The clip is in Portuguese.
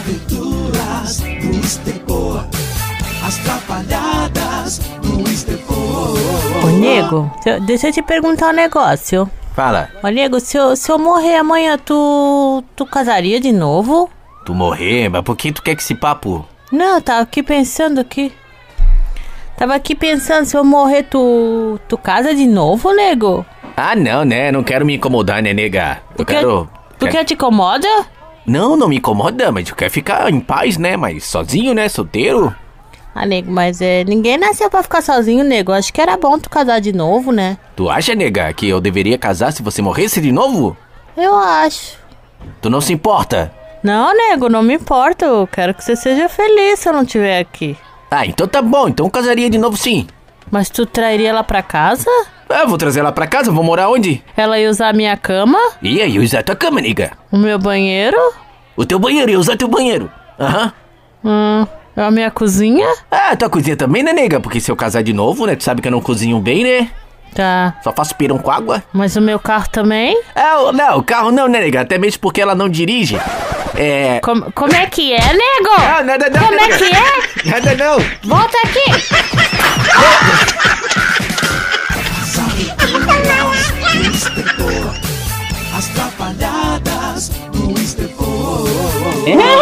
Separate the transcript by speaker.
Speaker 1: frituras do Estepor, as trapalhadas do Estepor.
Speaker 2: Ô, nego, se- deixa eu te perguntar um negócio.
Speaker 3: Fala,
Speaker 2: Ô, nego, se eu, se eu morrer amanhã, tu, tu casaria de novo?
Speaker 3: tu morrer, mas por que tu quer que esse papo?
Speaker 2: Não, eu tava aqui pensando aqui. Tava aqui pensando, se eu morrer, tu, tu casa de novo, nego?
Speaker 3: Ah, não, né? Não quero me incomodar, né, nega? Eu
Speaker 2: Porque,
Speaker 3: quero.
Speaker 2: porque
Speaker 3: quero-
Speaker 2: te incomoda?
Speaker 3: Não, não me incomoda, mas eu quero ficar em paz, né? Mas sozinho, né? Solteiro?
Speaker 2: Ah, nego, mas é, ninguém nasceu pra ficar sozinho, nego. Acho que era bom tu casar de novo, né?
Speaker 3: Tu acha, nega, que eu deveria casar se você morresse de novo?
Speaker 2: Eu acho.
Speaker 3: Tu não se importa?
Speaker 2: Não, nego, não me importa. Eu quero que você seja feliz se eu não estiver aqui.
Speaker 3: Ah, então tá bom, então eu casaria de novo sim.
Speaker 2: Mas tu trairia ela pra casa?
Speaker 3: Ah, vou trazer ela pra casa, vou morar onde?
Speaker 2: Ela ia usar a minha cama?
Speaker 3: E aí, usar tua cama, nega?
Speaker 2: O meu banheiro?
Speaker 3: O teu banheiro, ia usar teu banheiro. Aham.
Speaker 2: Hum, a minha cozinha?
Speaker 3: Ah, tua cozinha também, né, nega? Porque se eu casar de novo, né? Tu sabe que eu não cozinho bem, né?
Speaker 2: Tá.
Speaker 3: Só faço pirão com água.
Speaker 2: Mas o meu carro também?
Speaker 3: Ah, o- não, o carro não, né, nega? Até mesmo porque ela não dirige. É.
Speaker 2: Como, como é que é, nego?
Speaker 3: Ah, nada, não,
Speaker 2: como
Speaker 3: nega.
Speaker 2: é que é?
Speaker 3: Nada não.
Speaker 2: Volta aqui!
Speaker 1: Sabedoras do Estepor, as trapalhadas do Estepor.
Speaker 3: É.